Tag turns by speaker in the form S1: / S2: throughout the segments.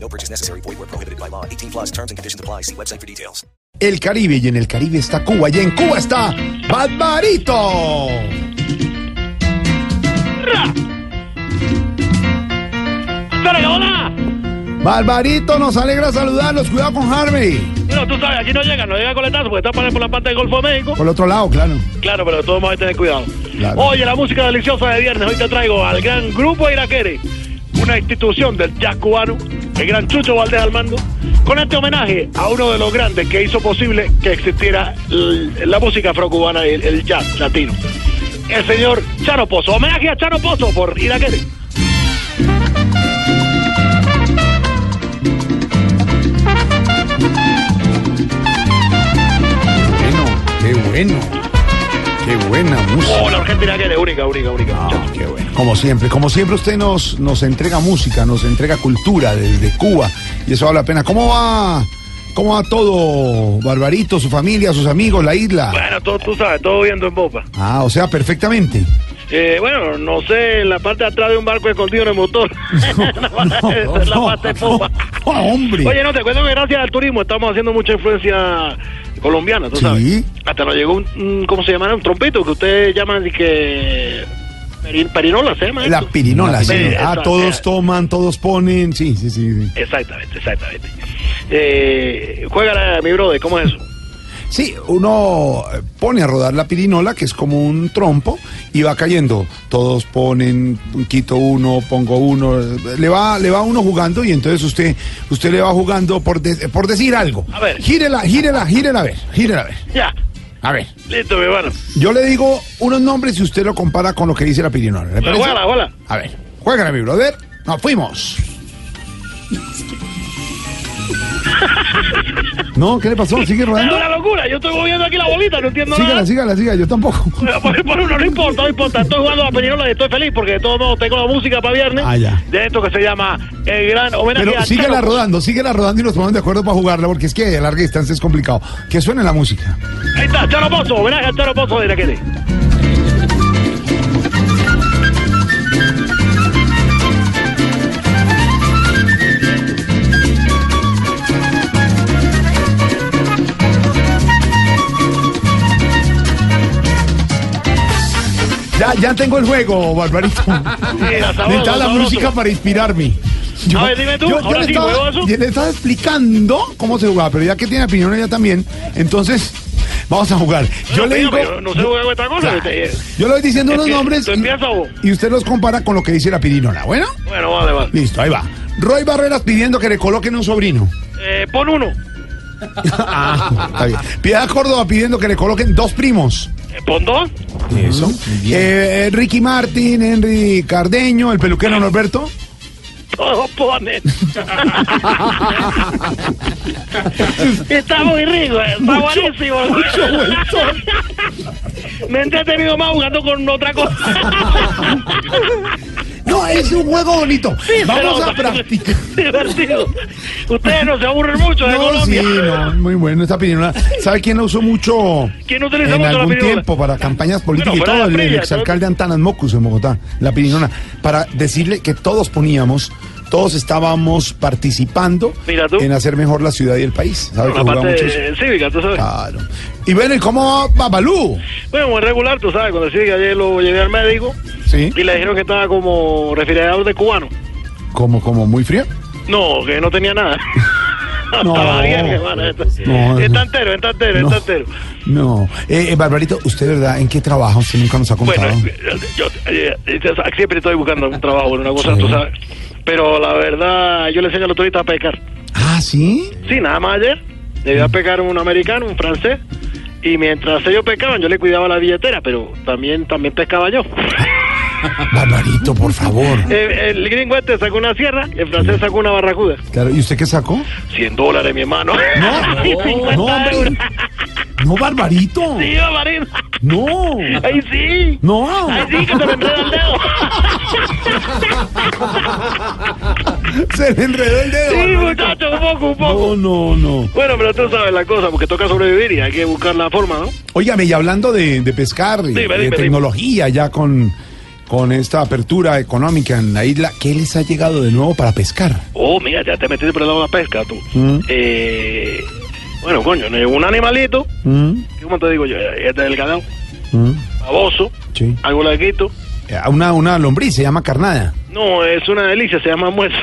S1: No purchase necessary. Void where prohibited by law. 18 plus terms and conditions apply. See website for details.
S2: El Caribe y en el Caribe está Cuba y en Cuba está Barbarito.
S3: ¡Dale, hola!
S2: Barbarito, nos alegra saludarlos. Cuidado con Harvey.
S3: No, tú sabes, aquí no llega, no llega coletazo, porque está para- por la parte del Golfo de México.
S2: Por el otro lado, claro.
S3: Claro, pero de todos modos hay que tener cuidado.
S2: Claro.
S3: Oye, la música deliciosa de viernes, hoy te traigo al gran grupo Iraquere, una institución del jazz cubano, el gran Chucho Valdés al mando, con este homenaje a uno de los grandes que hizo posible que existiera l- la música afrocubana y el, el jazz latino. El señor Chano Pozo. Homenaje a Chano Pozo por Iraquere.
S2: Bueno, qué bueno. Qué buena música.
S3: Oh, la Argentina Iraquere, única, única, única. muchacho.
S2: Qué bueno. Como siempre, como siempre usted nos, nos entrega música, nos entrega cultura desde Cuba y eso vale la pena. ¿Cómo va? ¿Cómo va todo, Barbarito, su familia, sus amigos, la isla?
S3: Bueno, tú, tú sabes, todo viendo en popa.
S2: Ah, o sea, perfectamente.
S3: Eh, bueno, no sé, en la parte de atrás de un barco escondido en el motor. Esa es la parte popa.
S2: no, Oh, hombre.
S3: Oye, no, te cuento que gracias al turismo estamos haciendo mucha influencia colombiana, tú
S2: Sí.
S3: sabes. Hasta nos llegó un, un- ¿cómo se llama? Un trompito que ustedes llaman de que... perin- perinola se llama
S2: La
S3: esto?
S2: pirinola, sí.
S3: Sí,
S2: Ah,
S3: esa,
S2: todos
S3: esa.
S2: toman, todos ponen. Sí, sí, sí. sí.
S3: Exactamente, exactamente. Eh, juega mi brother, ¿cómo es eso?
S2: Sí, uno eh, pone a rodar la pirinola, que es como un trompo, y va cayendo. Todos ponen, quito uno, pongo uno, eh, le va, le va uno jugando y entonces usted, usted le va jugando por, de- por decir algo.
S3: A ver.
S2: Gírela, gírela, gírela a ver, gírela a ver.
S3: Ya,
S2: A ver.
S3: listo, mi hermano.
S2: Yo le digo unos nombres y usted lo compara con lo que dice la pirinola. ¿le
S3: Pero
S2: parece?
S3: juégala, juégala.
S2: A ver, juegan mi brother. Nos fuimos. No, ¿qué le pasó? ¿Sigue
S3: Es
S2: rodando?
S3: una locura, yo estoy moviendo aquí la bolita, no entiendo nada.
S2: Sígala, sígala, sígala, yo tampoco.
S3: Pero Por, por uno, no importa, no importa. Estoy jugando a Peñirola y estoy feliz porque de todos modos tengo la música para viernes.
S2: Ah, ya.
S3: De esto que se llama el gran homenaje
S2: Pero
S3: a
S2: síguela
S3: Chano.
S2: rodando, síguela rodando y nos ponemos de acuerdo para jugarla, porque es que a larga distancia es complicado. Que suene la música.
S3: Ahí está, Chano Pozo, homenaje a Chano Pozo de Iraquere.
S2: Ah, Ya, ya tengo el juego, Barbarito.
S3: Mira, sabroso,
S2: Necesitaba la
S3: sabroso.
S2: música para inspirarme. Yo-
S3: A ver, dime tú,
S2: yo, yo
S3: ahora
S2: le
S3: sí,
S2: estaba,
S3: huevazo.
S2: yo le estaba explicando cómo se jugaba, pero ya que tiene opinión ella también, entonces vamos a jugar. Yo
S3: Bueno,
S2: le digo,
S3: tío, pero no sé jugar con esta cosa. este,
S2: yo le voy diciendo
S3: Es
S2: unos
S3: que
S2: nombres
S3: tú
S2: y-
S3: empiezas vos.
S2: y, usted los compara con lo que dice la pirinola. Bueno,
S3: Bueno, vale, vale.
S2: listo, ahí va. Roy Barreras pidiendo que le coloquen un sobrino. Ah,
S3: Eh, pon uno. Ah.
S2: Está bien. Piedad Córdoba pidiendo que le coloquen dos primos.
S3: Eh, pon dos.
S2: Eso. Eh, Ricky Martin, Henry Cardeño, el peluquero Norberto.
S3: Todos ponen. está muy rico, eh, está buenísimo. Me he entretenido más jugando con otra cosa.
S2: No, es un juego bonito. Vamos
S3: Pero-
S2: a practicar.
S3: Divertido. Ustedes no se aburren mucho de
S2: No, sí,
S3: Colombia.
S2: no, muy bueno esta pirinola. ¿Sabe quién la usó mucho
S3: ¿Quién utiliza
S2: en
S3: mucho la
S2: algún
S3: pirinola?
S2: tiempo para campañas políticas
S3: Bueno,
S2: y
S3: fuera
S2: todo?
S3: de
S2: El, el
S3: Prilla,
S2: exalcalde Antanas Mocus en Bogotá, la pirinola, para decirle que todos poníamos, todos estábamos participando
S3: Mira tú.
S2: en hacer mejor la ciudad y el país. ¿Sabe que
S3: La
S2: jugaba mucho eso? Ah.
S3: parte eh, cívica, tú sabes.
S2: Claro. Y bueno, ¿y cómo va Babalú?
S3: Bueno, como es regular, tú sabes, cuando decía que ayer lo llevé al médico
S2: Sí.
S3: y le dijeron que estaba como refrigerador de cubano.
S2: Como, como muy frío.
S3: No, que no tenía nada.
S2: No.
S3: Estaba bien, hermano. Está,
S2: No,
S3: está
S2: no.
S3: entero, está entero,
S2: No.
S3: está entero.
S2: No. Eh, eh, Barbarito, ¿usted verdad en qué trabaja? Usted nunca nos ha contado.
S3: Bueno,
S2: Ah.
S3: yo eh, eh, siempre estoy buscando un trabajo en una cosa,
S2: Sí.
S3: tú sabes. Pero la verdad, yo le enseño a los turistas a pescar.
S2: Ah, ¿sí?
S3: Sí, nada más ayer. Debía
S2: Mm.
S3: pecar un americano, un francés. Y mientras ellos pescaban, yo le cuidaba la billetera, pero también también pescaba yo.
S2: Barbarito, por favor.
S3: Eh, el gringo este sacó una sierra, el francés sacó una barracuda.
S2: Claro, ¿y usted qué sacó?
S3: 100 dólares, mi hermano.
S2: No,
S3: Y 50
S2: no,
S3: euros.
S2: hombre. No, Barbarito.
S3: Sí, Barbarito.
S2: No.
S3: Ahí sí.
S2: No.
S3: Ahí sí, que se me enreda el dedo.
S2: Se le enredó el dedo.
S3: Sí,
S2: Barbarito.
S3: muchacho, un poco, un poco.
S2: No, no, no.
S3: Bueno, pero tú sabes la cosa, porque toca sobrevivir y hay que buscar la forma, ¿no?
S2: Óigame, y hablando de, de pescar, y
S3: Dime,
S2: de
S3: dime, dime.
S2: tecnología, ya con, con esta apertura económica en la isla, ¿qué les ha llegado de nuevo para pescar?
S3: Oh, mira, ya te metiste por el lado de la pesca, tú.
S2: Mm.
S3: Eh, bueno, coño, nos llegó un animalito,
S2: ¿Mm?
S3: ¿cómo te digo yo? Este es el ganado,
S2: ¿Mm?
S3: baboso,
S2: Sí.
S3: algo larguito.
S2: Eh, Una, una lombriz se llama carnada.
S3: No, es una delicia, se llama muerto.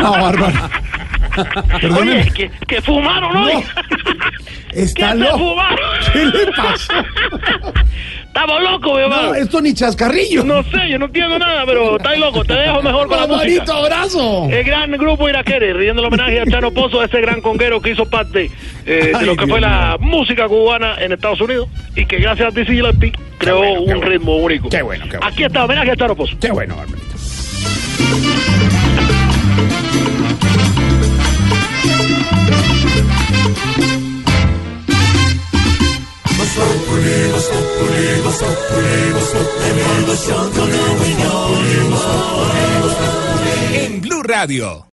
S2: No, bárbaro. Ah, Perdóneme.
S3: Oye, que, que fumaron hoy.
S2: No. Está
S3: ¿Qué se
S2: loco.
S3: fumaron?
S2: ¿Qué le pasa?
S3: Estamos locos, mi hermano.
S2: No, esto ni chascarrillo.
S3: No sé, yo no entiendo nada, pero estáis loco. Te dejo mejor con la música. Eh,
S2: Barbarito, abrazo.
S3: El gran grupo Iraquere, riendo el homenaje a Chano Pozo, ese gran conguero que hizo parte eh,
S2: Ay,
S3: de lo que
S2: Dios
S3: fue la música cubana en Estados Unidos y que gracias a Dizzy Gillespie creó
S2: bueno, qué
S3: un
S2: bueno.
S3: ritmo único.
S2: Qué bueno, qué bueno.
S3: Aquí está, homenaje a Chano Pozo.
S2: Qué bueno, Barbarito.
S4: en Blue Radio.